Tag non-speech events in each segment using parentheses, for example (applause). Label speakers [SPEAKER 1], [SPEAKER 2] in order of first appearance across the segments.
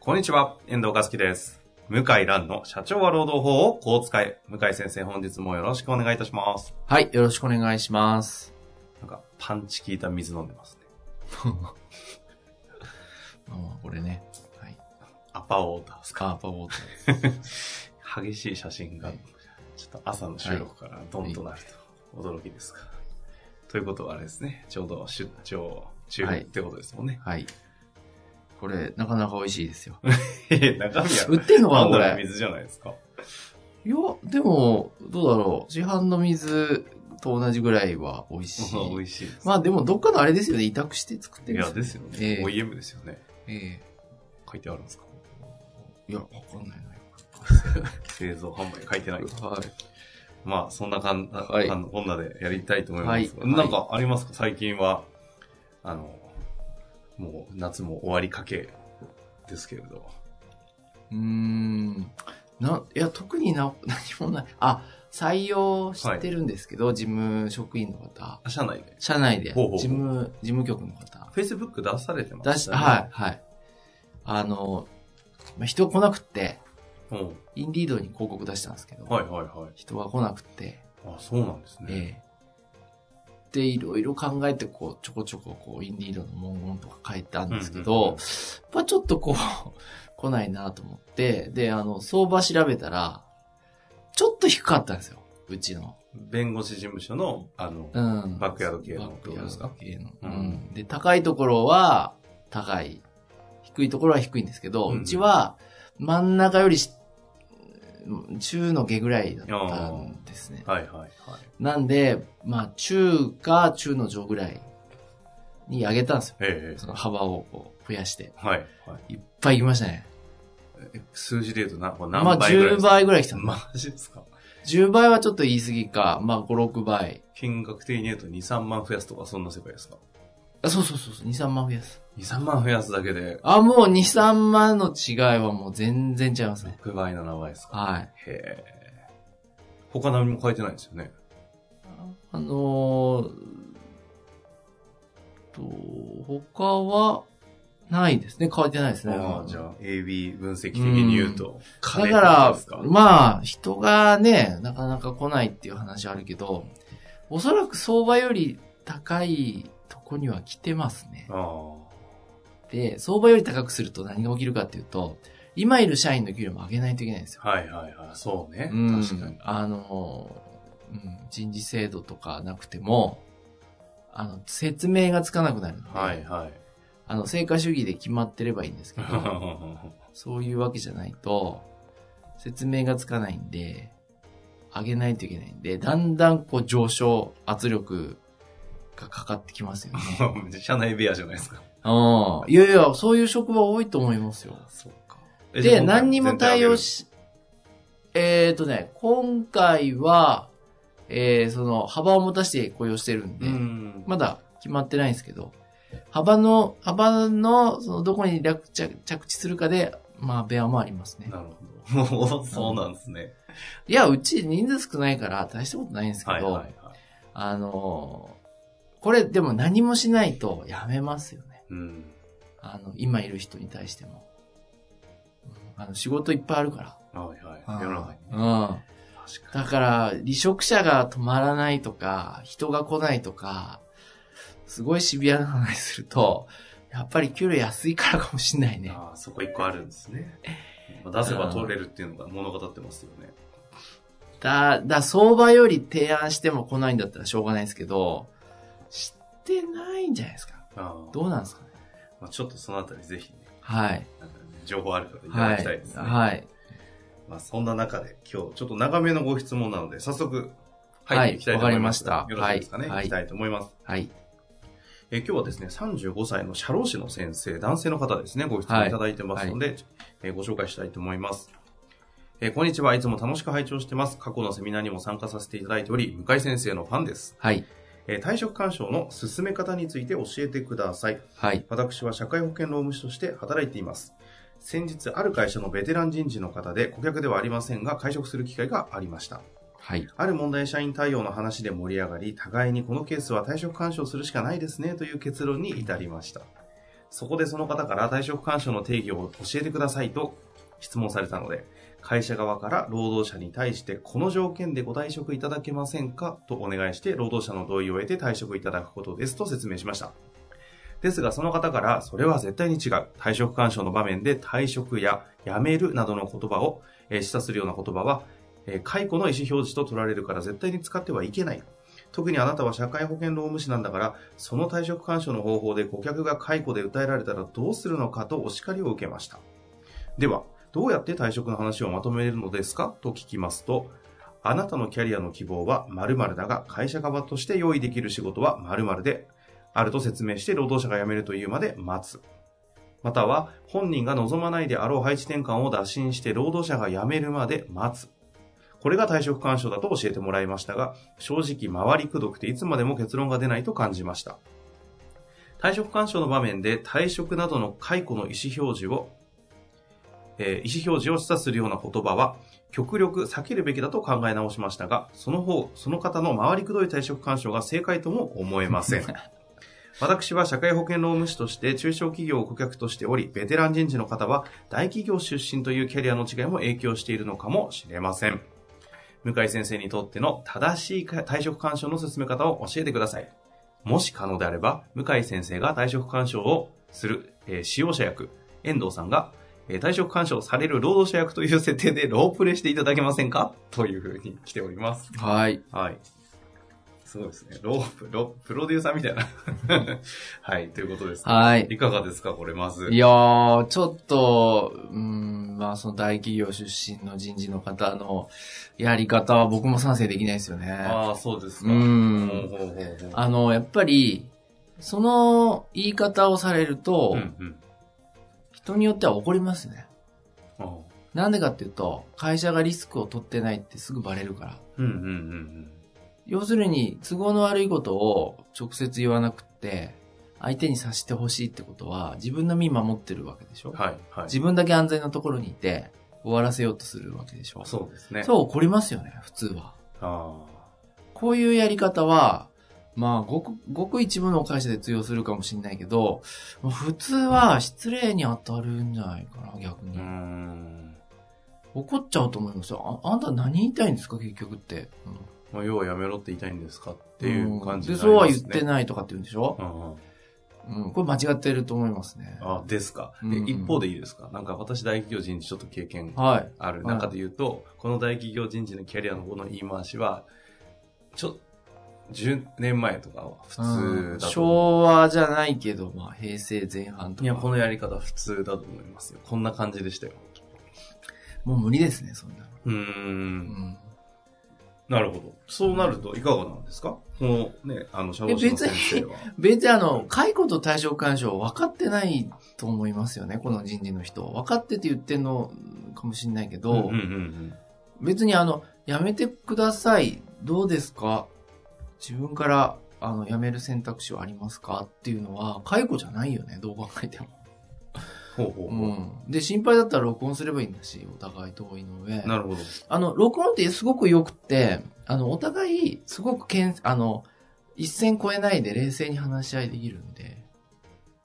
[SPEAKER 1] こんにちは、遠藤和樹です。向井蘭の社長は労働法をこう使え。向井先生、本日もよろしくお願いいたします。
[SPEAKER 2] はい、よろしくお願いします。
[SPEAKER 1] なんか、パンチ効いた水飲んでますね。
[SPEAKER 2] まあまあ、これね。はい。
[SPEAKER 1] アパオーダ
[SPEAKER 2] スカーパボート。
[SPEAKER 1] ー。激しい写真が、ちょっと朝の収録からドンとなると、驚きですが。ということはあれですね、ちょうど出張中
[SPEAKER 2] はい
[SPEAKER 1] ってことですもんね。
[SPEAKER 2] はい。これ、なかなか美味しいですよ。
[SPEAKER 1] え、 (laughs) 中身
[SPEAKER 2] 売
[SPEAKER 1] は、
[SPEAKER 2] ってんのか
[SPEAKER 1] な
[SPEAKER 2] なんこ
[SPEAKER 1] だ
[SPEAKER 2] れ
[SPEAKER 1] ろう。水じゃないですか。
[SPEAKER 2] いや、でも、どうだろう。市販の水と同じぐらいは美味しい。
[SPEAKER 1] (laughs) 美味しいです。
[SPEAKER 2] まあでも、どっかのあれですよね。委託して作って
[SPEAKER 1] い
[SPEAKER 2] るん
[SPEAKER 1] や、ですよ
[SPEAKER 2] え
[SPEAKER 1] ね。
[SPEAKER 2] え
[SPEAKER 1] OEM ですよね。
[SPEAKER 2] え
[SPEAKER 1] 書いてあるんですか
[SPEAKER 2] えいや、わかんないな。
[SPEAKER 1] 製造販売書いてない。
[SPEAKER 2] はい。
[SPEAKER 1] まあ、そんなかん、
[SPEAKER 2] はい
[SPEAKER 1] あのこんなでやりたいと思います。
[SPEAKER 2] はい
[SPEAKER 1] なんかありますか最近は、あの、もう夏も終わりかけですけれど。
[SPEAKER 2] うーん。な、いや、特にな、 (laughs) 何もない。あ、採用してるんですけど、事務職員の方。
[SPEAKER 1] あ社内で。
[SPEAKER 2] 社内で、
[SPEAKER 1] ほうほうほう
[SPEAKER 2] 事務、事務局の方。
[SPEAKER 1] Facebook 出されてます、
[SPEAKER 2] だし、はい、はい。あの、まあ、人来なくって、
[SPEAKER 1] い。うん。
[SPEAKER 2] インディードに広告出したんですけど、
[SPEAKER 1] はいはいは
[SPEAKER 2] 人が来なくって、
[SPEAKER 1] い。あ、そうなんですね。
[SPEAKER 2] ええで、いろいろ考えて、こう、ちょこちょこ、こう、インディードの文言とか書いたんですけ
[SPEAKER 1] うんうんうん
[SPEAKER 2] ど、まあちょっとこう、 (laughs) 来ないなと思って、で、あの、相場調べたら、ちょっと低かったんですよ、うちの。
[SPEAKER 1] 弁護士事務所の、あの、
[SPEAKER 2] うん。
[SPEAKER 1] バックヤード系の
[SPEAKER 2] バックヤード系の。
[SPEAKER 1] う
[SPEAKER 2] うんん。で、高いところは高い。低いところは低いんですけど、
[SPEAKER 1] う
[SPEAKER 2] うんちは真ん中よりしうん中の下ぐらいだったんですね。
[SPEAKER 1] はいはいはい。
[SPEAKER 2] なんで、まあ、中か中の上ぐらいに上げたんですよ。
[SPEAKER 1] ええ
[SPEAKER 2] その幅をこう増やして。
[SPEAKER 1] はいはい。
[SPEAKER 2] いっぱい行きましたね。
[SPEAKER 1] え数字で言うと何これ何
[SPEAKER 2] まあ、
[SPEAKER 1] 倍ぐらい
[SPEAKER 2] 10
[SPEAKER 1] ですか、
[SPEAKER 2] 倍ぐらい来たの。
[SPEAKER 1] マジですか
[SPEAKER 2] 10倍はちょっと言い過ぎか。まあ、5、6倍。
[SPEAKER 1] 金額的に言うと2、3万増やすとかそんな世界ですか
[SPEAKER 2] あそうそうそうそう、2、3万増やす。
[SPEAKER 1] ?2、3万増やすだけで、
[SPEAKER 2] あ、もう2、3万の違いはもう全然違いますね。
[SPEAKER 1] 6倍、7倍ですか
[SPEAKER 2] はい。
[SPEAKER 1] へえ。他何も書いてないんですよね。
[SPEAKER 2] あのー、と、他は、ないですね。変わってないですね。
[SPEAKER 1] ああじゃあ、AB 分析的に言うと、
[SPEAKER 2] だ
[SPEAKER 1] 金
[SPEAKER 2] か
[SPEAKER 1] ってことです
[SPEAKER 2] ら、まあ、人がね、なかなか来ないっていう話あるけど、おそらく相場より高いとこには来てますね。
[SPEAKER 1] あ
[SPEAKER 2] で、相場より高くすると何が起きるかっていうと、今いる社員の給料も上げないといけないんですよ
[SPEAKER 1] あ。はいはいはい。そうね。
[SPEAKER 2] うん
[SPEAKER 1] 確かに。
[SPEAKER 2] あの、うん、人事制度とかなくても、あの、説明がつかなくなるので、
[SPEAKER 1] はいはい。 (laughs)
[SPEAKER 2] あの、成果主義で決まってればいいんですけど、
[SPEAKER 1] は
[SPEAKER 2] そういうわけじゃないと、説明がつかないんで、上げないといけないんで、だんだんこう上昇圧力がかかってきま
[SPEAKER 1] (laughs)
[SPEAKER 2] すよね。
[SPEAKER 1] 社内部屋じゃないですか。
[SPEAKER 2] うん。いやいや、そういう職場多いと思いますよ。
[SPEAKER 1] そうか。
[SPEAKER 2] で、何にも対応。し、えっ、ー、とね、今回は、えー、その、幅を持たせて雇用してるんで、
[SPEAKER 1] うん。
[SPEAKER 2] まだ決まってないんですけど、幅の、幅の、その、どこに着着着地するかで、まあ、ベアもありますね。
[SPEAKER 1] なるほど。 (laughs) そうなんですね。
[SPEAKER 2] いや、うち人数少ないから、大したことないんですけ
[SPEAKER 1] はいは
[SPEAKER 2] ど、
[SPEAKER 1] いはい。
[SPEAKER 2] あのーこれ、でも何もしないと、やめますよね。
[SPEAKER 1] うん。
[SPEAKER 2] あの、今いる人に対しても。うんあの、仕事いっぱいあるから。
[SPEAKER 1] はいはい。世の中にね。
[SPEAKER 2] うん。
[SPEAKER 1] 確か
[SPEAKER 2] だから、離職者が止まらないとか、人が来ないとか、すごいシビアな話すると、やっぱり給料安いからかもしんない
[SPEAKER 1] に。
[SPEAKER 2] ね。
[SPEAKER 1] ああ、そこ一個あるんですね。まあ出せば取れるっていうのが物語ってますよね。
[SPEAKER 2] だ、だ、相場より提案しても来ないんだったらしょうがないですけど、知ってないんじゃないですか。
[SPEAKER 1] ああ。
[SPEAKER 2] どうなんですかね。
[SPEAKER 1] まあちょっとそのあたりぜひね、
[SPEAKER 2] はい。
[SPEAKER 1] なんかね情報ある方いた
[SPEAKER 2] は
[SPEAKER 1] だ
[SPEAKER 2] い。
[SPEAKER 1] きたいですね。
[SPEAKER 2] はい。
[SPEAKER 1] まあ、そんな中で今日ちょっと長めのご質問なので早速
[SPEAKER 2] はい
[SPEAKER 1] 入っていきたいと思います。
[SPEAKER 2] わかりました
[SPEAKER 1] よろしいですかね、
[SPEAKER 2] はい
[SPEAKER 1] い、きたいと思います。
[SPEAKER 2] はい。
[SPEAKER 1] えー今日はですね、35歳の社労士の先生、男性の方ですね、ご質問いただいてますので、えーご紹介したいと思います。えーこんにちは。いつも楽しく拝聴してます。過去のセミナーにも参加させていただいており、向井先生のファンです。
[SPEAKER 2] はい。
[SPEAKER 1] えー退職勧奨の進め方について教えてください。
[SPEAKER 2] はい。
[SPEAKER 1] 私は社会保険労務士として働いています。先日、ある会社のベテラン人事の方で、顧客ではありませんが、会食する機会がありました。
[SPEAKER 2] はい。
[SPEAKER 1] ある問題社員対応の話で盛り上がり、互いにこのケースは退職勧奨するしかないですねという結論に至りました。そこでその方から退職勧奨の定義を教えてくださいと質問されたので、会社側から労働者に対してこの条件でご退職いただけませんかとお願いして労働者の同意を得て退職いただくことですと説明しました。ですがその方からそれは絶対に違う。退職勧奨の場面で退職や辞めるなどの言葉を、えー示唆するような言葉はえー解雇の意思表示と取られるから絶対に使ってはいけない。特にあなたは社会保険労務士なんだから、その退職勧奨の方法で顧客が解雇で訴えられたらどうするのかとお叱りを受けました。では、どうやって退職の話をまとめるのですかと聞きますと、あなたのキャリアの希望は〇〇だが、会社側として用意できる仕事は〇〇で、あると説明して労働者が辞めるというまで待つ。または、本人が望まないであろう配置転換を打診して労働者が辞めるまで待つ。これが退職勧奨だと教えてもらいましたが、正直回りくどくていつまでも結論が出ないと感じました。退職勧奨の場面で退職などの解雇の意思表示を、えー意思表示を示唆するような言葉は、極力避けるべきだと考え直しましたが、その方、その方の回りくどい退職勧奨が正解とも思えません。私は社会保険労務士として中小企業を顧客としており、ベテラン人事の方は大企業出身というキャリアの違いも影響しているのかもしれません。向井先生にとっての正しい退職勧奨の進め方を教えてください。もし可能であれば、向井先生が退職勧奨をする、えー使用者役、遠藤さんが、えー退職勧奨される労働者役という設定で (laughs) ロープレイしていただけませんかというふうに来ております。
[SPEAKER 2] はい。
[SPEAKER 1] はい。すごいですね。ロープ、ロプロデューサーみたいな。 (laughs) はい、ということです、ね。
[SPEAKER 2] はい。
[SPEAKER 1] いかがですかこれ、まず。
[SPEAKER 2] いやー、ちょっと、うーん、まあ、その大企業出身の人事の方のやり方は僕も賛成できないですよね。
[SPEAKER 1] ああ、そうです
[SPEAKER 2] う
[SPEAKER 1] か。
[SPEAKER 2] ー。
[SPEAKER 1] うんほうほうほう
[SPEAKER 2] あの、やっぱり、その言い方をされると、
[SPEAKER 1] うんうん
[SPEAKER 2] 人によっては怒りますね。
[SPEAKER 1] あー
[SPEAKER 2] なんでかっていうと、会社がリスクを取ってないってすぐバレるから。
[SPEAKER 1] うんうんうん
[SPEAKER 2] 要するに、都合の悪いことを直接言わなくって、相手に察してほしいってことは、自分の身守ってるわけでしょ
[SPEAKER 1] うん。はい、はい。
[SPEAKER 2] 自分だけ安全なところにいて、終わらせようとするわけでしょ
[SPEAKER 1] そうですね。
[SPEAKER 2] そう怒りますよね、普通は。
[SPEAKER 1] あ
[SPEAKER 2] こういうやり方は、まあ、ごく、ごく一部の会社で通用するかもしれないけど、もう普通は失礼に当たるんじゃないかな、逆
[SPEAKER 1] あ。
[SPEAKER 2] に。
[SPEAKER 1] ん。
[SPEAKER 2] 怒っちゃうと思いますよ。ああんた何言いたいんですか、結局って。うん
[SPEAKER 1] まあ、要はやめろって言いたいんですかっていう感じ
[SPEAKER 2] ん
[SPEAKER 1] に
[SPEAKER 2] で、
[SPEAKER 1] な
[SPEAKER 2] そう
[SPEAKER 1] り
[SPEAKER 2] は
[SPEAKER 1] ますね。
[SPEAKER 2] 言ってないとかって言うんでしょ
[SPEAKER 1] うん
[SPEAKER 2] うん、これ間違ってると思いますね。
[SPEAKER 1] あ、ですか。で
[SPEAKER 2] うん
[SPEAKER 1] 一方でいいですかなんか私大企業人事ちょっと経験
[SPEAKER 2] はい。
[SPEAKER 1] ある中で言うと、この大企業人事のキャリアの方の言い回しは、ちょ、10年前とかは普
[SPEAKER 2] う
[SPEAKER 1] 通
[SPEAKER 2] ん
[SPEAKER 1] だと思う。
[SPEAKER 2] 昭和じゃないけど、まあ、平成前半と
[SPEAKER 1] い
[SPEAKER 2] か。
[SPEAKER 1] や、このやり方普通だと思いますよ。こんな感じでしたよ。
[SPEAKER 2] もう無理ですね、そんなの。
[SPEAKER 1] うー。
[SPEAKER 2] うんん
[SPEAKER 1] なるほど。そうなるといかがなんですかこのね、あの、社労士の先生は。
[SPEAKER 2] 別にあの、解雇と対象干渉分かってないと思いますよね、この人事の人。分かってて言ってんのかもしれないけど、
[SPEAKER 1] うんうんうん
[SPEAKER 2] 別にあの、やめてください、どうですか自分から、あの、辞める選択肢はありますかっていうのは、解雇じゃないよね、どう考えても。
[SPEAKER 1] ほうほう
[SPEAKER 2] う
[SPEAKER 1] ほう。
[SPEAKER 2] ん。で、心配だったら録音すればいいんだし、お互い同意の上。
[SPEAKER 1] なるほど。
[SPEAKER 2] あの、録音ってすごく良くって、あの、お互い、すごくけん、あの、一線超えないで冷静に話し合いできるんで、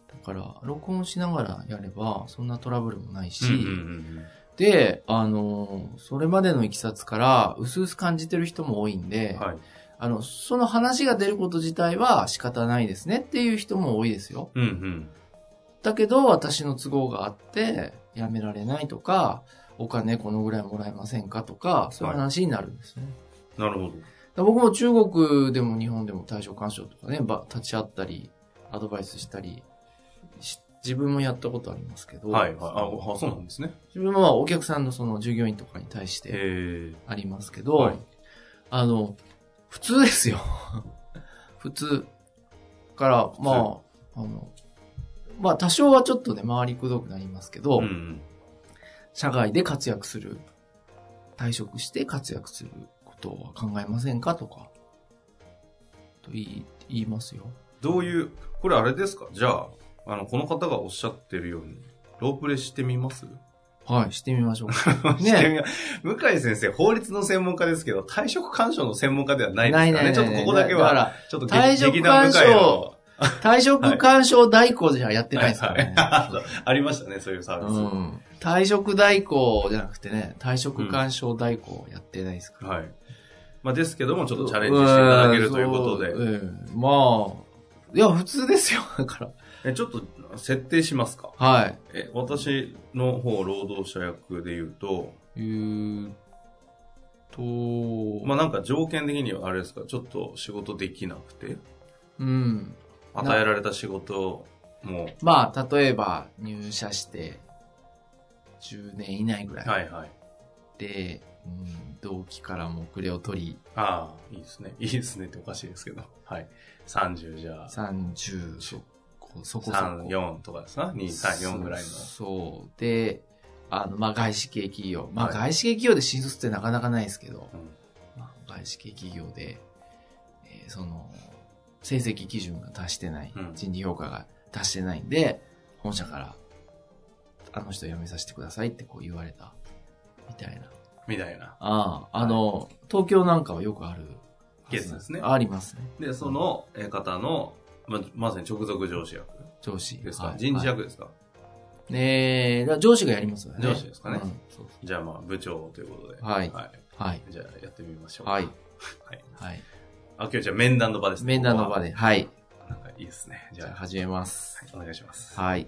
[SPEAKER 2] だから、録音しながらやれば、そんなトラブルもないし、
[SPEAKER 1] うんうんうんうん
[SPEAKER 2] で、あの、それまでのいきさつから、薄々感じてる人も多いんで、
[SPEAKER 1] はい。
[SPEAKER 2] あの、その話が出ること自体は仕方ないですねっていう人も多いですよ。
[SPEAKER 1] うんうん。
[SPEAKER 2] だけど、私の都合があって、やめられないとか、お金このぐらいもらえませんかとか、そういう話になるんですね。
[SPEAKER 1] なるほど。
[SPEAKER 2] だから僕も中国でも日本でも対象干渉とかね、ば立ち会ったり、アドバイスしたりし、自分もやったことありますけど、
[SPEAKER 1] はいはい。あ、あそうなんですね。
[SPEAKER 2] 自分はお客さんのその従業員とかに対して
[SPEAKER 1] え
[SPEAKER 2] ありますけど、
[SPEAKER 1] はい
[SPEAKER 2] (laughs) あの、普通ですよ。普通。から、まあ、あの、まあ多少はちょっとね、回りくどくなりますけど、
[SPEAKER 1] うん
[SPEAKER 2] 社外で活躍する、退職して活躍することは考えませんかとか、と言い言いますよ。
[SPEAKER 1] どういう、これあれですかじゃあ、あの、この方がおっしゃってるように、ロープレしてみます
[SPEAKER 2] はい、してみましょうか。
[SPEAKER 1] (laughs) してみ (laughs) よう向井先生、法律の専門家ですけど、退職干渉の専門家ではないですからね。ちょっとここだけ
[SPEAKER 2] だか
[SPEAKER 1] は、
[SPEAKER 2] ら、
[SPEAKER 1] ちょっと
[SPEAKER 2] 退職
[SPEAKER 1] 劇団向井の、
[SPEAKER 2] 退職干渉代行じゃやってないですからね。
[SPEAKER 1] はいありましたね、そういうサービス。
[SPEAKER 2] うん退職代行じゃなくてね、退職干渉代行やってないですから。
[SPEAKER 1] はい。まあ、ですけども、ちょっとチャレンジしていただけるということ
[SPEAKER 2] ん
[SPEAKER 1] で、
[SPEAKER 2] そううんまあ、いや、普通ですよ、だから。
[SPEAKER 1] えちょっと設定しますか。
[SPEAKER 2] は
[SPEAKER 1] え、私の方、労働者役で言うと、
[SPEAKER 2] い。えーっと、
[SPEAKER 1] まあ、なんか条件的にはあれですか、ちょっと仕事できなくて、
[SPEAKER 2] うん。
[SPEAKER 1] 与えられた仕事も、
[SPEAKER 2] まあ、例えば、入社して、10年以内ぐらい
[SPEAKER 1] はいはい。
[SPEAKER 2] で、うん、同期からも遅れを取り、
[SPEAKER 1] ああ、いいですね。いいですねっておかしいですけど。はい。30じゃあ、
[SPEAKER 2] 30、そこそこそこ。
[SPEAKER 1] 3、4とかですか ?2、3、4ぐらいの。
[SPEAKER 2] そう。で、あの、まあ、外資系企業。まあ、
[SPEAKER 1] はい
[SPEAKER 2] 外資系企業で新卒ってなかなかないですけど、
[SPEAKER 1] うん
[SPEAKER 2] まあ、外資系企業で、えーその、成績基準が達してない、
[SPEAKER 1] うん
[SPEAKER 2] 人事評価が達してないんで、本社から、あの人辞めさせてくださいってこう言われた、みたいな。
[SPEAKER 1] みたいな。
[SPEAKER 2] ああ、あの、東京なんかはよくあるはずなん。
[SPEAKER 1] ケースですね
[SPEAKER 2] ありますね。
[SPEAKER 1] で、そのえー方の、ままさに直属上司役
[SPEAKER 2] 上司。
[SPEAKER 1] ですか、
[SPEAKER 2] はい
[SPEAKER 1] 人事
[SPEAKER 2] は
[SPEAKER 1] 役ですか、
[SPEAKER 2] いねえ、だから上司がやりますよね。
[SPEAKER 1] 上司ですかね
[SPEAKER 2] うんそう
[SPEAKER 1] じゃあまあ、部長ということで。
[SPEAKER 2] はい
[SPEAKER 1] は
[SPEAKER 2] はい。
[SPEAKER 1] い。じゃあ、やってみましょう。
[SPEAKER 2] はい。
[SPEAKER 1] はい。
[SPEAKER 2] はい。
[SPEAKER 1] あ、今日じゃあ面談の場ですね。
[SPEAKER 2] 面談の場
[SPEAKER 1] で。
[SPEAKER 2] で。はい。
[SPEAKER 1] なんかいいですね。じ
[SPEAKER 2] じゃあ
[SPEAKER 1] ゃ
[SPEAKER 2] 始めます。
[SPEAKER 1] あ、お願いします。
[SPEAKER 2] はい。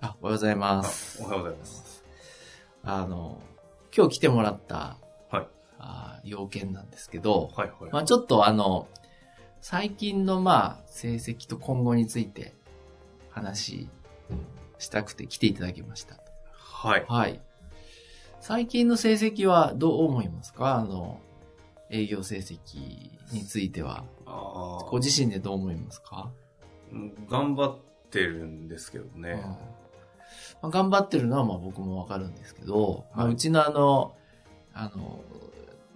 [SPEAKER 2] あ、おはようございま
[SPEAKER 1] あ
[SPEAKER 2] す。
[SPEAKER 1] おはようございます。
[SPEAKER 2] あの、今日来てもらった、
[SPEAKER 1] はい
[SPEAKER 2] あ要件なんですけど、
[SPEAKER 1] はいはい。
[SPEAKER 2] まあちょっとあの、最近のまあ成績と今後について話したくて来ていただきました。
[SPEAKER 1] はい。
[SPEAKER 2] はい。最近の成績はどう思いますかあの、営業成績については、
[SPEAKER 1] ああ、
[SPEAKER 2] ご自身でどう思いますか
[SPEAKER 1] うん頑張ってるんですけどね。
[SPEAKER 2] まあ、頑張ってるのはまあ僕もわかるんですけど、まあ、
[SPEAKER 1] はいう
[SPEAKER 2] ちのあの、あの、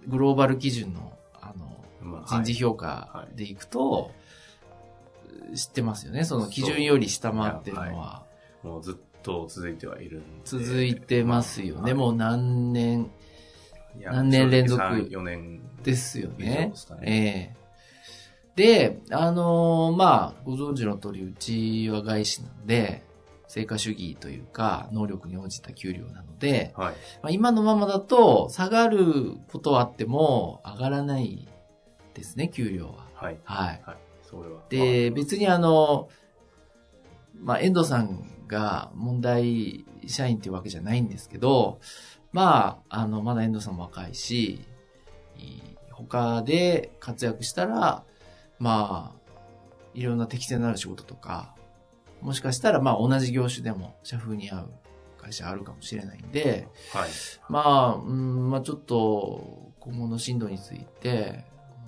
[SPEAKER 2] グローバル基準の、あの、
[SPEAKER 1] まあ、は
[SPEAKER 2] 人
[SPEAKER 1] い
[SPEAKER 2] 事評価でいくと、知ってますよね。その基準より下回ってるのは
[SPEAKER 1] もうずっと続いてはいるんで。
[SPEAKER 2] 続いてますよね。
[SPEAKER 1] う
[SPEAKER 2] もう何年
[SPEAKER 1] 何
[SPEAKER 2] 何年連続
[SPEAKER 1] 4年
[SPEAKER 2] ですよ
[SPEAKER 1] 以上
[SPEAKER 2] ね
[SPEAKER 1] で。すかね。
[SPEAKER 2] ええで、あのーまあ、ご存知の通り、うちは外資なんで、成果主義というか、能力に応じた給料なので、
[SPEAKER 1] はい。
[SPEAKER 2] まあ、今のままだと、下がることはあっても、上がらないですね、給料は。
[SPEAKER 1] はい。
[SPEAKER 2] はい。
[SPEAKER 1] はい。それは。
[SPEAKER 2] で、別にあの、まあ、遠藤さんが問題社員っていうわけじゃないんですけど、まあ、あの、まだ遠藤さんも若いし、い他で活躍したら、まあ、いろんな適性のある仕事とか、もしかしたら、まあ、同じ業種でも社風に合う会社あるかもしれないんで、
[SPEAKER 1] はい。
[SPEAKER 2] まあ、うん、まあちょっと、今後の進路について、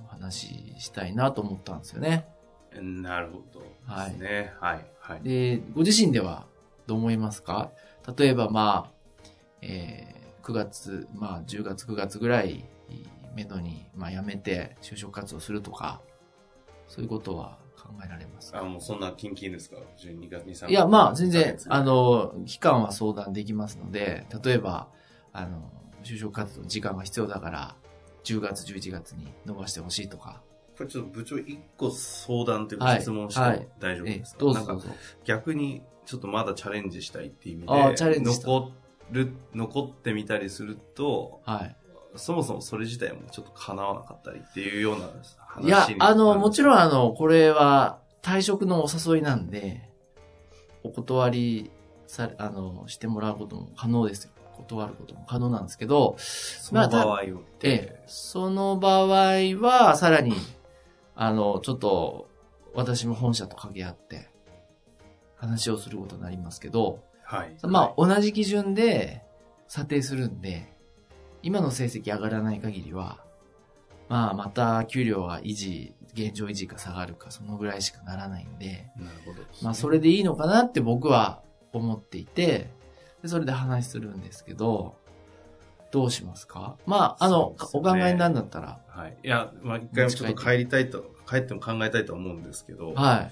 [SPEAKER 2] お話ししたいなと思ったんですよね。
[SPEAKER 1] なるほど。ですね。はい。はい。
[SPEAKER 2] で、ご自身ではどう思いますか例えば、まあ、えー9月、まあ、10月、9月ぐらい、めどに、まあ、辞めて就職活動するとか、そういうことは考えられます
[SPEAKER 1] あ、
[SPEAKER 2] か
[SPEAKER 1] もうそんなキンキンですか ?12 月、2、3
[SPEAKER 2] いや、まあ、全然、あ、の、期間は相談できますので、例えば、あの、就職活動の時間が必要だから、10月、11月に伸ばしてほしいとか、
[SPEAKER 1] これちょっと部長一個相談という
[SPEAKER 2] は
[SPEAKER 1] か
[SPEAKER 2] い
[SPEAKER 1] 質問して
[SPEAKER 2] はい
[SPEAKER 1] 大丈夫
[SPEAKER 2] え
[SPEAKER 1] ですか、
[SPEAKER 2] どうぞ
[SPEAKER 1] な
[SPEAKER 2] ど
[SPEAKER 1] ん
[SPEAKER 2] う
[SPEAKER 1] か
[SPEAKER 2] ぞ。
[SPEAKER 1] 逆にちょっとまだチャレンジしたいっていう意味で、
[SPEAKER 2] あーチャレンジした
[SPEAKER 1] 残る、残ってみたりすると、
[SPEAKER 2] はい。
[SPEAKER 1] そもそもそれ自体もちょっと叶わなかったりっていうような話に
[SPEAKER 2] いや、あの、もちろん、
[SPEAKER 1] ん、
[SPEAKER 2] あの、これは退職のお誘いなんで、お断りされ、あの、してもらうことも可能ですよ。断ることも可能なんですけど、
[SPEAKER 1] その場合をっ
[SPEAKER 2] ええ
[SPEAKER 1] て、
[SPEAKER 2] その場合は、さらに、あの、ちょっと、私も本社と掛け合って、話をすることになりますけど、
[SPEAKER 1] はい。
[SPEAKER 2] まあ、同じ基準で査定するんで、今の成績上がらない限りは、まあ、また給料は維持、現状維持か下がるか、そのぐらいしかならないんで、
[SPEAKER 1] なるほど。
[SPEAKER 2] まあ、それでいいのかなって僕は思っていて、でそれで話するんですけど、どうしますかまあ、あ
[SPEAKER 1] そう
[SPEAKER 2] の、
[SPEAKER 1] です
[SPEAKER 2] お
[SPEAKER 1] ね
[SPEAKER 2] 考えになんだったら、
[SPEAKER 1] はい。いや、まあ、一回ちょっと帰りたいと、帰っても考えたいと思うんですけど、
[SPEAKER 2] はい。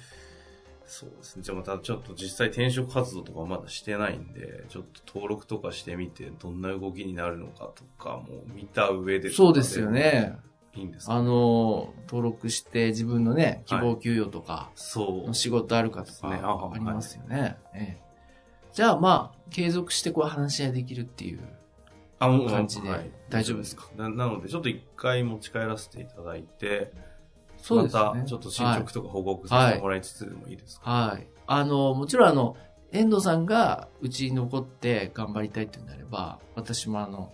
[SPEAKER 1] そうですね。じゃあまたちょっと実際転職活動とかまだしてないんで、ちょっと登録とかしてみて、どんな動きになるのかとかも見た上で
[SPEAKER 2] そうですよ。ね。
[SPEAKER 1] いいんですか
[SPEAKER 2] あの、登録して自分のね、希望給与とか、
[SPEAKER 1] そう
[SPEAKER 2] の。仕事あるかとか、
[SPEAKER 1] そうですねあ
[SPEAKER 2] ありますよね。ええじゃあまあ、継続してこう話し合いできるっていう。
[SPEAKER 1] あ、も
[SPEAKER 2] 感じで大丈夫ですか
[SPEAKER 1] ななので、ちょっと一回持ち帰らせていただいて、またちょっと進
[SPEAKER 2] はい
[SPEAKER 1] 捗とか報告させてもらいつつでもいいですか、
[SPEAKER 2] はい。あの、もちろんあの、遠藤さんがうちに残って頑張りたいってなれば、私もあの、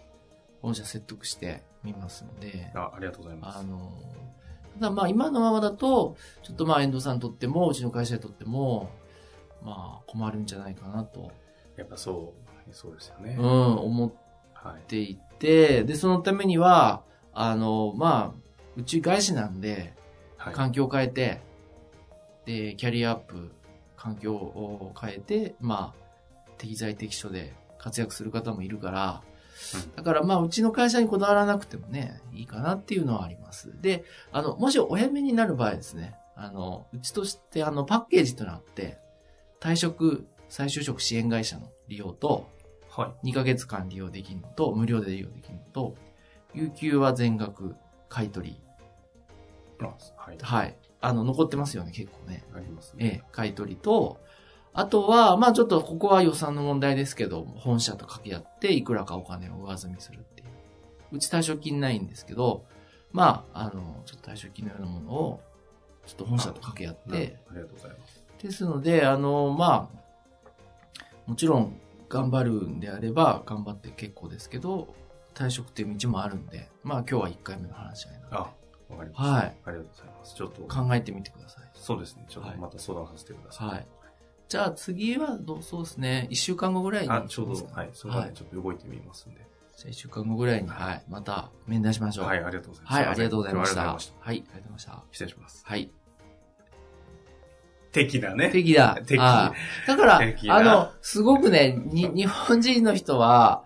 [SPEAKER 2] 本社説得してみますので、
[SPEAKER 1] あありがとうございま
[SPEAKER 2] あ
[SPEAKER 1] す。
[SPEAKER 2] の、ただまあ今のままだと、ちょっとまあ遠藤さんにとっても、うちの会社にとっても、まあ困るんじゃないかなと、
[SPEAKER 1] やっぱそう、そうですよね。
[SPEAKER 2] うん、思っ
[SPEAKER 1] はい
[SPEAKER 2] っ。ていて、で、そのためには、あの、まあ、うち外資なんで、
[SPEAKER 1] はい。
[SPEAKER 2] 環境を変えて、で、キャリアアップ、環境を変えて、まあ、適材適所で活躍する方もいるから
[SPEAKER 1] うん、
[SPEAKER 2] だからまあ、うちの会社にこだわらなくてもね、いいかなっていうのはあります。で、あの、もしお辞めになる場合ですね、あの、うちとして、あの、パッケージとなって、退職、再就職支援会社の利用と、
[SPEAKER 1] はい。
[SPEAKER 2] 2ヶ月間利用できるのと、無料で利用できるのと、有給は全額買い取り。
[SPEAKER 1] あはい。
[SPEAKER 2] はい。あの、残ってますよね、結構ね。
[SPEAKER 1] あります
[SPEAKER 2] え
[SPEAKER 1] ね
[SPEAKER 2] え。、買い取りと、あとは、まあちょっとここは予算の問題ですけど、本社と掛け合って、いくらかお金を上積みするっていう。うち退職金ないんですけど、まああの、ちょっと退職金のようなものを、ちょっと本社と掛け合っ
[SPEAKER 1] なる
[SPEAKER 2] て、
[SPEAKER 1] ほどありがとうございます。
[SPEAKER 2] ですので、あの、まあ、もちろん頑張るんであれば頑張って結構ですけど、退職っていう道もあるんで、まあ今日は1回目の話し合いなんで、
[SPEAKER 1] あ、わかりました。
[SPEAKER 2] は
[SPEAKER 1] あ
[SPEAKER 2] い
[SPEAKER 1] りがとうございます。ちょっと、
[SPEAKER 2] 考えてみてください。
[SPEAKER 1] そうですね。ちょっ
[SPEAKER 2] は
[SPEAKER 1] と
[SPEAKER 2] い
[SPEAKER 1] また相談させてください。
[SPEAKER 2] はい。じゃあ次はどう、そうですね、1週間後ぐらいに。
[SPEAKER 1] あ、ちょうど、
[SPEAKER 2] ですか
[SPEAKER 1] はい。それま
[SPEAKER 2] はい。
[SPEAKER 1] で
[SPEAKER 2] じ
[SPEAKER 1] ちょっと動いてみますんで。
[SPEAKER 2] ゃあ1週間後ぐらいに、はい。また面談しましょう。
[SPEAKER 1] は、
[SPEAKER 2] はいい。
[SPEAKER 1] ありがとうございます。
[SPEAKER 2] ありがとうございまし
[SPEAKER 1] ありが
[SPEAKER 2] た。
[SPEAKER 1] とう
[SPEAKER 2] は
[SPEAKER 1] ござい
[SPEAKER 2] い。ありがとうございました。
[SPEAKER 1] 失礼します。
[SPEAKER 2] はい。
[SPEAKER 1] 的なね。
[SPEAKER 2] 敵だ。
[SPEAKER 1] (laughs) 敵
[SPEAKER 2] あーだから、
[SPEAKER 1] 敵だ
[SPEAKER 2] あの、すごくね、に、日本人の人は、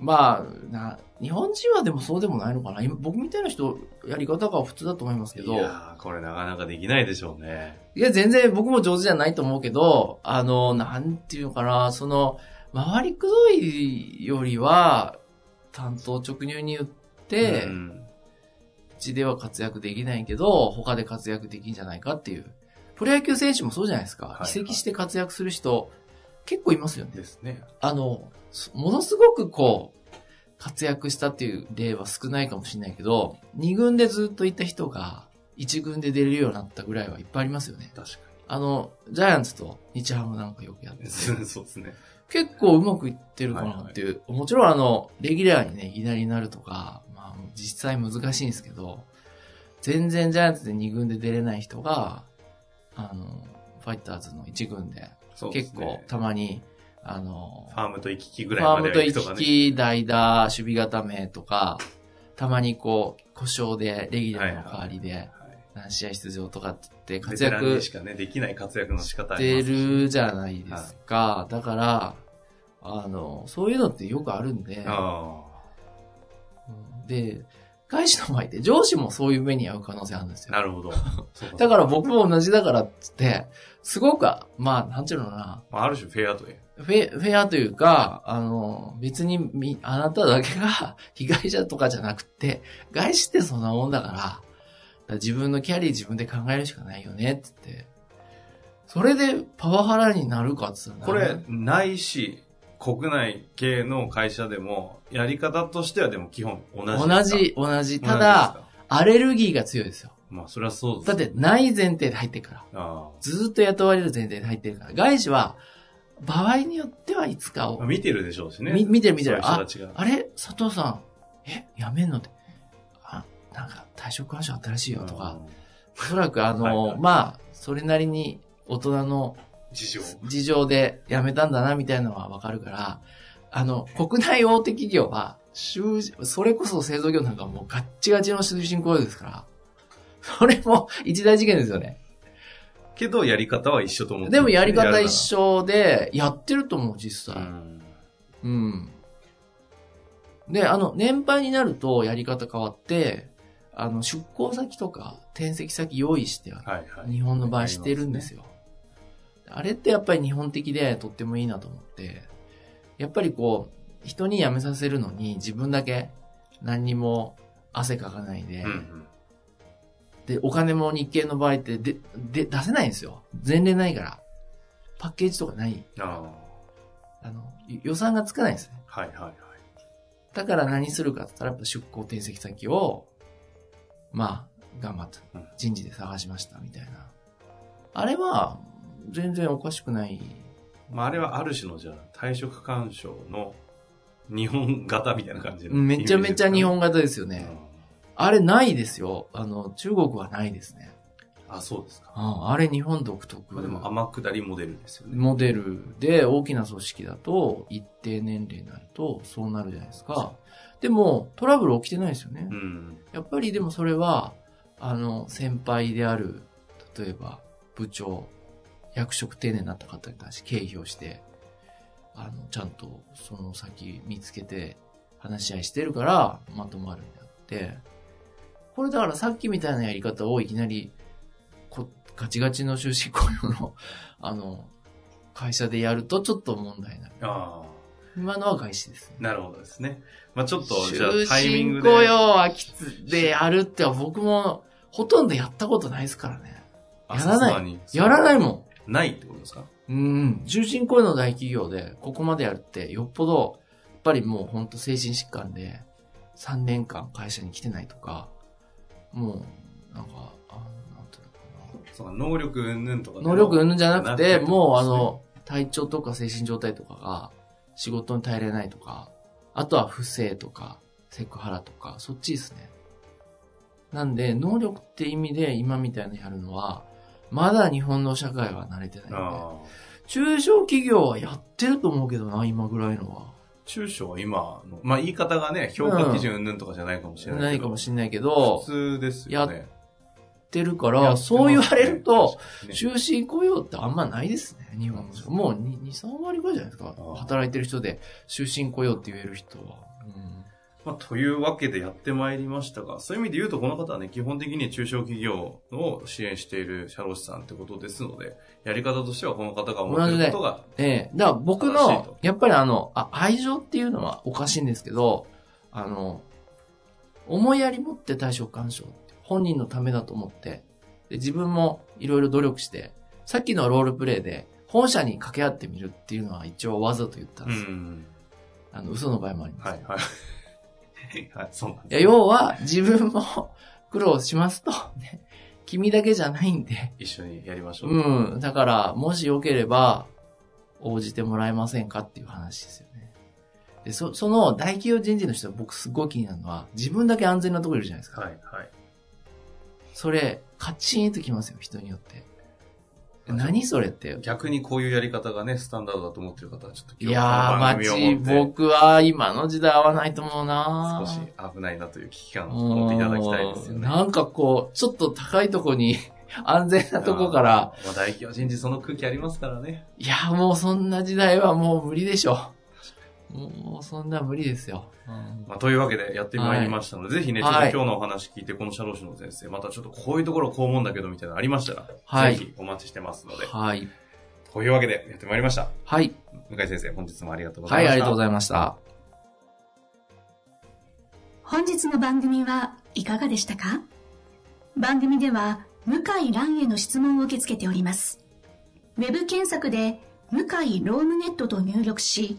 [SPEAKER 2] まあ、な、日本人はでもそうでもないのかな。今僕みたいな人、やり方が普通だと思いますけど、
[SPEAKER 1] い
[SPEAKER 2] い
[SPEAKER 1] や
[SPEAKER 2] や、
[SPEAKER 1] ーこれなかなかできないでしょうね。
[SPEAKER 2] 全然僕も上手じゃないと思うけど、あの、なんていうのかな、その、回りくどいよりは、担当直入に言って、
[SPEAKER 1] う
[SPEAKER 2] うんちでは活躍できないけど、他で活躍できんじゃないかっていう。プロ野球選手もそうじゃないですか。
[SPEAKER 1] いはい
[SPEAKER 2] 移籍して活躍する人、結構いますよね。
[SPEAKER 1] ですね。
[SPEAKER 2] あの、すものすごくこう、活躍したっていう例は少ないかもしれないけど、2軍でずっといた人が、1軍で出れるようになったぐらいはいっぱいありますよね。
[SPEAKER 1] 確か
[SPEAKER 2] あの、ジャイアンツと日ハムなんかよくやって
[SPEAKER 1] に。(laughs)
[SPEAKER 2] て、
[SPEAKER 1] そうですね。
[SPEAKER 2] 結構うまくいってるかなっていう。もちろんあの、レギュラーにね、いきなりなるとか、まあ実際難しいんですけど、全然ジャイアンツで2軍で出れない人が、あの、ファイターズの1軍で、
[SPEAKER 1] そうです
[SPEAKER 2] 結
[SPEAKER 1] ね
[SPEAKER 2] 構たまに、あの
[SPEAKER 1] フ、ァームと行き来ぐらい
[SPEAKER 2] ファー
[SPEAKER 1] まで
[SPEAKER 2] ム
[SPEAKER 1] は
[SPEAKER 2] と
[SPEAKER 1] 行くとか
[SPEAKER 2] 行
[SPEAKER 1] ね。
[SPEAKER 2] き来、代打、守備固めとか、たまにこう、故障で、レギュラーの代わりで、
[SPEAKER 1] はい
[SPEAKER 2] 何試合出場とかって言って活
[SPEAKER 1] ベテラン
[SPEAKER 2] 躍
[SPEAKER 1] にし
[SPEAKER 2] し
[SPEAKER 1] かね、できない活躍の仕方あり
[SPEAKER 2] て
[SPEAKER 1] ますし
[SPEAKER 2] るじゃないですか。だから、あの、そういうのってよくあるんで、
[SPEAKER 1] あ
[SPEAKER 2] うんで、外資の場合って上司もそういう目に遭う可能性あるんです
[SPEAKER 1] あ、な
[SPEAKER 2] よ。
[SPEAKER 1] るほ
[SPEAKER 2] (laughs)
[SPEAKER 1] ど。そうか
[SPEAKER 2] だから僕も同じだからってって、すごく、まあ、なんちゅうのかな、
[SPEAKER 1] まあある種フェアという。
[SPEAKER 2] フェフェアというか、あの、別にみ、あなただけが (laughs) 被害者とかじゃなくて、外資ってそんなもんだから、だから自分のキャリー自分で考えるしかないよねって言って、それでパワハラになるかって言った
[SPEAKER 1] こ
[SPEAKER 2] ら
[SPEAKER 1] れ、
[SPEAKER 2] な
[SPEAKER 1] ないし、国内系の会社でも、やり方としてはでも基本同じですか。
[SPEAKER 2] 同じ、同じ。
[SPEAKER 1] 同じですか
[SPEAKER 2] ただ、、アレルギーが強いですよ。
[SPEAKER 1] まあ、それはそうです。
[SPEAKER 2] だって、ない前提で入ってるから。
[SPEAKER 1] ああ
[SPEAKER 2] ずーっと雇われる前提で入ってるから。外資は、場合によってはいつ
[SPEAKER 1] ま
[SPEAKER 2] か
[SPEAKER 1] あ
[SPEAKER 2] を、
[SPEAKER 1] 見てるでしょうしね。
[SPEAKER 2] み見てる見てる。
[SPEAKER 1] そう
[SPEAKER 2] あ
[SPEAKER 1] いう人たちが。
[SPEAKER 2] あれ佐藤さん、え、やめんのって。あ、なんか退職勧奨新しいよとか、
[SPEAKER 1] うん、
[SPEAKER 2] おそらくあの、
[SPEAKER 1] はいはい
[SPEAKER 2] まあ、それなりに大人の
[SPEAKER 1] 事情。
[SPEAKER 2] 事情でやめたんだなみたいなのはわかるから、あの、国内大手企業は囚人、それこそ製造業なんかもうガッチガチの囚人雇用ですから、それも (laughs) 一大事件ですよね。
[SPEAKER 1] けど、やり方は一緒と思って。
[SPEAKER 2] でもやり方一
[SPEAKER 1] 緒。
[SPEAKER 2] 緒で、やってると思う、実
[SPEAKER 1] う
[SPEAKER 2] 際。
[SPEAKER 1] ん
[SPEAKER 2] うん。で、あの、年配になるとやり方変わって、あの、出向先とか転籍先用意して、
[SPEAKER 1] はいはい。
[SPEAKER 2] 日本の場合してるんです
[SPEAKER 1] よ。
[SPEAKER 2] よ。あれってやっぱり日本的でとってもいいなと思って、やっぱりこう、人に辞めさせるのに自分だけ何にも汗かかないで、
[SPEAKER 1] うんうん。
[SPEAKER 2] で、お金も日系の場合ってで、で、出せないんですよ。前例ないから。パッケージとかない。
[SPEAKER 1] ああ。
[SPEAKER 2] あの、ゆ予算がつかないんですね。
[SPEAKER 1] はいはいはい。
[SPEAKER 2] だから何するかって言ったら、やっぱ出向転籍先を、まあ、頑張って
[SPEAKER 1] うん、
[SPEAKER 2] 人事で探しました、みたいな。あれは、全然おかしくない。
[SPEAKER 1] まあ、あれはある種のじゃあ、退職干渉の日本型みたいな感じの
[SPEAKER 2] うんめちゃめちゃ日本型ですよ
[SPEAKER 1] イメージです
[SPEAKER 2] ね
[SPEAKER 1] かね。。
[SPEAKER 2] あれないですよ。あの、中国はないですね。
[SPEAKER 1] うんあ、そうですか。
[SPEAKER 2] うんあれ日本独特
[SPEAKER 1] まあ、でも天下りモデルですよね。
[SPEAKER 2] モデルで大きな組織だと一定年齢になるとそうなるじゃないですか。でもトラブル起きてないですよね
[SPEAKER 1] う。ん。
[SPEAKER 2] やっぱりでもそれは、あの、先輩である、例えば部長、役職定年になった方に対して経費をして、あの、ちゃんとその先見つけて話し合いしてるからまとまるんであって、これだからさっきみたいなやり方をいきなり、こガチガチの終身雇用の、あの、会社でやるとちょっと問題になる。
[SPEAKER 1] ああ。
[SPEAKER 2] 今のは外資ですね。
[SPEAKER 1] なるほどですね。まあちょっと、
[SPEAKER 2] 終
[SPEAKER 1] じゃあタイミング
[SPEAKER 2] 身
[SPEAKER 1] で。
[SPEAKER 2] 雇用はきつでやるっては僕もほとんどやったことないですからね。
[SPEAKER 1] あ
[SPEAKER 2] やらない
[SPEAKER 1] さすがに
[SPEAKER 2] やらないも
[SPEAKER 1] ないってことですか
[SPEAKER 2] ん。うん。終身雇用の大企業でここまでやるってよっぽど、やっぱりもうほんと精神疾患で3年間会社に来てないとか、もうなんか、あなんていうのか
[SPEAKER 1] そうか、能力うんぬんとかで
[SPEAKER 2] な。
[SPEAKER 1] も。
[SPEAKER 2] 能力うんぬんじゃなくて、
[SPEAKER 1] なくて
[SPEAKER 2] もうあの、体調とか精神状態とかが仕事に耐えれないとか、あとは不正とか、セクハラとか、そっちですね。なんで、能力って意味で今みたいなのやるのは、まだ日本の社会は慣れてないんで。
[SPEAKER 1] ああ。
[SPEAKER 2] 中小企業はやってると思うけどな、今ぐらいのは。
[SPEAKER 1] 中小は今の、まあ言い方がね、評価基準うんぬんとかじゃないかもしれな
[SPEAKER 2] ない
[SPEAKER 1] け
[SPEAKER 2] いか
[SPEAKER 1] ど。
[SPEAKER 2] もしれないけど、や
[SPEAKER 1] 普通ですよね。
[SPEAKER 2] ってるか
[SPEAKER 1] やって
[SPEAKER 2] ら、
[SPEAKER 1] ますね
[SPEAKER 2] そう言われると、、
[SPEAKER 1] ね
[SPEAKER 2] 終身雇用ってあんまないですね、日本
[SPEAKER 1] そう
[SPEAKER 2] の。もう2、3割ぐらいじゃないですか
[SPEAKER 1] あ。あ
[SPEAKER 2] 働いてる人で、終身雇用って言える人は。
[SPEAKER 1] まあ、というわけでやってまいりましたが、そういう意味で言うと、この方はね、基本的に中小企業を支援している社労士さんってことですので、やり方としてはこの方が思っていることが、
[SPEAKER 2] ええだから僕
[SPEAKER 1] 正しいと
[SPEAKER 2] の、やっぱりあのあ、愛情っていうのはおかしいんですけど、あの、思いやり持って対象干渉って、本人のためだと思って、で自分もいろいろ努力して、さっきのロールプレイで、本社に掛け合ってみるっていうのは一応わざと言ったん
[SPEAKER 1] う
[SPEAKER 2] ですよ。
[SPEAKER 1] ん。
[SPEAKER 2] あの、嘘の場合もあります。
[SPEAKER 1] はい、はい。 (laughs) はい、そうなん
[SPEAKER 2] い
[SPEAKER 1] で
[SPEAKER 2] や、要は、自分も (laughs) 苦労しますと、ね。君だけじゃないんで。
[SPEAKER 1] す。一緒にやりましょう。
[SPEAKER 2] うん。だから、もしよければ、応じてもらえませんかっていう話ですよね。で、そ、その大企業人事の人は僕すごい気になるのは、自分だけ安全なとこいるじゃないですか。
[SPEAKER 1] はい、はい。
[SPEAKER 2] それ、カチンときますよ、人によって。何それって。
[SPEAKER 1] 逆にこういうやり方がね、スタンダードだと思ってる方は、ちょっと
[SPEAKER 2] いやー、マジ、
[SPEAKER 1] を
[SPEAKER 2] 僕は今の時代合わないと思うな
[SPEAKER 1] 持っ
[SPEAKER 2] ー
[SPEAKER 1] て、少し危ないなという危機感を持っていただきたいですよね。
[SPEAKER 2] なんかこう、ちょっと高いとこに、 (laughs) 安全なとこから、
[SPEAKER 1] まあ、大企業人事その空気ありますからね。
[SPEAKER 2] いや、もうそんな時代はもう無理でしょ。もうそんな無理ですよ。
[SPEAKER 1] まあ、というわけでやってまいりましたので、ぜひね、ちょっと
[SPEAKER 2] は
[SPEAKER 1] 今
[SPEAKER 2] い
[SPEAKER 1] 日のお話聞いて、この社労士の先生、またちょっとこういうところこう思うんだけどみたいなのありましたら、
[SPEAKER 2] はい
[SPEAKER 1] ぜひお待ちしてますので、
[SPEAKER 2] はい。
[SPEAKER 1] というわけでやってまいりました。
[SPEAKER 2] はい。
[SPEAKER 1] 向井先生、本日もありがとうござ
[SPEAKER 2] はいい、
[SPEAKER 1] ました。
[SPEAKER 2] ありがとうございました。
[SPEAKER 3] 本日の番組はいかがでしたか番組では向井蘭への質問を受け付けております。ウェブ検索で向井ロームネットと入力し、